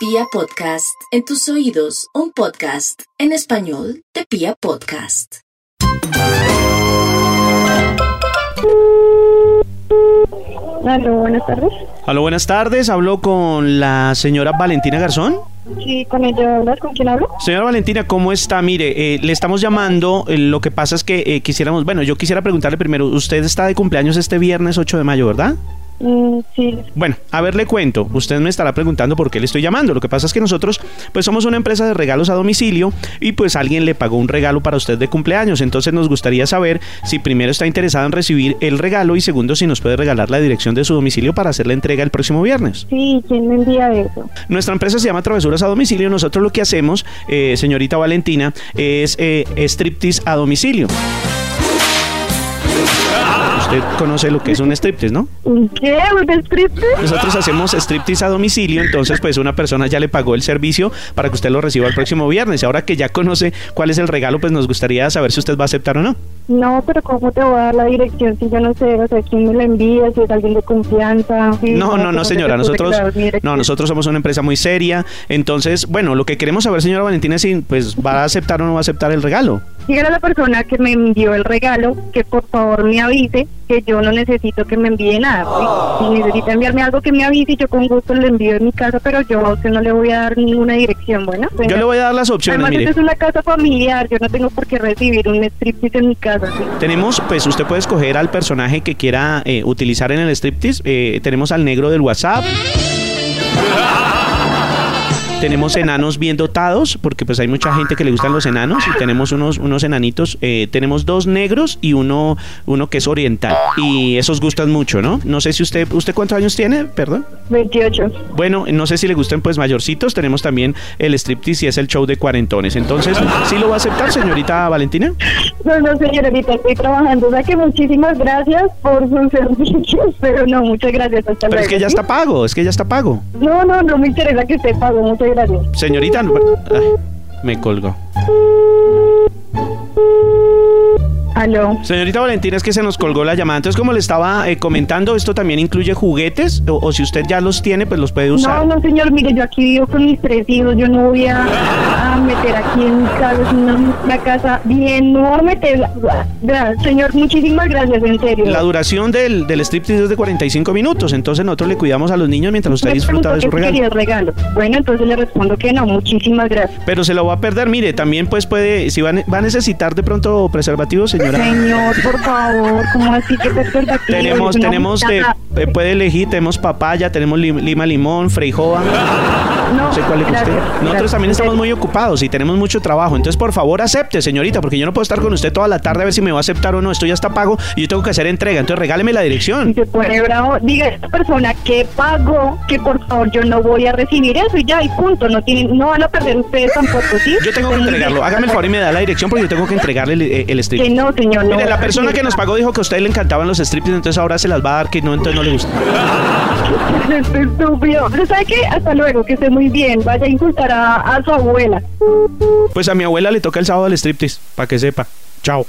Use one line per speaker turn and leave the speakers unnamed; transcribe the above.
Pia Podcast, en tus oídos, un podcast en español de Pia Podcast.
Aló, buenas tardes.
Aló, buenas tardes. Hablo con la señora Valentina Garzón.
Sí, con ella hablas, ¿con quién hablo?
Señora Valentina, ¿cómo está? Mire, eh, le estamos llamando. eh, lo que pasa es que eh, quisiéramos, bueno, yo quisiera preguntarle primero, usted está de cumpleaños este viernes 8 de mayo, ¿verdad?
Mm, sí,
Bueno, a ver, le cuento. Usted me estará preguntando por qué le estoy llamando. Lo que pasa es que nosotros, pues somos una empresa de regalos a domicilio y pues alguien le pagó un regalo para usted de cumpleaños. Entonces nos gustaría saber si primero está interesado en recibir el regalo y segundo si nos puede regalar la dirección de su domicilio para hacer la entrega el próximo viernes.
sí, ¿quién me envía eso?
Nuestra empresa se llama Travesuras a Domicilio. Nosotros lo que hacemos, eh, señorita Valentina, es eh, striptease a domicilio. Usted conoce lo que es un striptease, ¿no?
¿Un ¿Qué? ¿Un script?
Nosotros hacemos striptease a domicilio, entonces pues una persona ya le pagó el servicio para que usted lo reciba el próximo viernes. Ahora que ya conoce cuál es el regalo, pues nos gustaría saber si usted va a aceptar o no.
No, pero ¿cómo te voy a dar la dirección si yo no sé? O sea, ¿quién me la envía? Si es alguien de confianza. Sí,
No, no, no,
sé
señora.
cómo te puedo
Nosotros,
dar mi dirección.
no, nosotros somos una empresa muy seria. Entonces, bueno, lo que queremos saber, señora Valentina, es si pues va a aceptar o no va a aceptar el regalo.
Dígale a la persona que me envió el regalo que por favor me avise que yo no necesito que me envíe nada. ¿sí? Si necesita enviarme algo que me avise, yo con gusto le envío en mi casa, pero yo a usted no le voy a dar ninguna dirección, ¿bueno?
Yo le voy a dar las opciones,
Además,
mire.
esto es una casa familiar, yo no tengo por qué recibir un striptease en mi casa. ¿sí?
Tenemos, pues usted puede escoger al personaje que quiera eh, utilizar en el striptease. Eh, tenemos al negro del WhatsApp. Tenemos enanos bien dotados, porque pues hay mucha gente que le gustan los enanos. Y tenemos unos, unos enanitos. eh, tenemos dos negros y uno, uno que es oriental. Y esos gustan mucho, ¿no? No sé si usted, ¿usted cuántos años tiene? Perdón.
28.
Bueno, no sé si le gustan pues mayorcitos. Tenemos también el striptease y es el show de cuarentones. Entonces, ¿sí lo va a aceptar, señorita Valentina?
No, no, señorita, estoy trabajando. O sea que muchísimas gracias por sus servicios, pero no, muchas gracias. Hasta
Pero
luego.
es que ya
¿sí?
está pago, es que ya está pago.
No, no, no me interesa que esté pago, muchas gracias.
Señorita, no- ay, me colgó.
Aló.
Señorita Valentina, es que se nos colgó la llamada. Entonces, como le estaba eh, comentando, esto también incluye juguetes o, o si usted ya los tiene, pues los puede usar.
No, no, señor, mire, yo aquí vivo con mis tres hijos, yo no voy a, a meter aquí en mi casa, es una, una casa bien enorme. te- Vea, Señor, muchísimas gracias, en serio.
La duración del, del striptease es de 45 minutos, entonces nosotros le cuidamos a los niños mientras usted
Me
disfruta
preguntó
de
que si
su regalo.
quería el regalo. Bueno, entonces le respondo que no, muchísimas gracias.
Pero se lo va a perder, mire, también pues puede, si va, a ne- va a necesitar de pronto preservativos, señora.
Señor, por favor, ¿cómo así que preservativo?
Tenemos,
Es una
tenemos, de-
butaca.
eh, puede elegir, tenemos papaya, tenemos lim- lima limón, freijoa.
No,
No sé cuál le guste.
gracias,
Nosotros
gracias.
también estamos muy ocupados y tenemos mucho trabajo. Entonces, por favor, acepte, señorita, porque yo no puedo estar con usted toda la tarde a ver si me va a aceptar o no. Esto ya está pago y yo tengo que hacer entrega. Entonces, regáleme la
Si
dirección.
se pone bravo, diga a esta persona que pagó, que por favor yo no voy a recibir eso y ya, y punto. No tienen, no van a perder ustedes tampoco, ¿sí?
Yo tengo que entregarlo. Hágame el favor y me da la dirección porque yo tengo que entregarle el, eh, el strip.
Que no, señor. no
Mire,
voy
la
a
persona que
recibir
nos pagó dijo que a usted le encantaban los strips, entonces ahora se las va a dar que no, entonces no le gusta.
nada. Esto es estúpido. Pero ¿sabe qué? Hasta luego, que esté muy bien. Vaya a insultar a, a su abuela.
Pues a mi abuela le toca el sábado el striptease, para que sepa. Chao.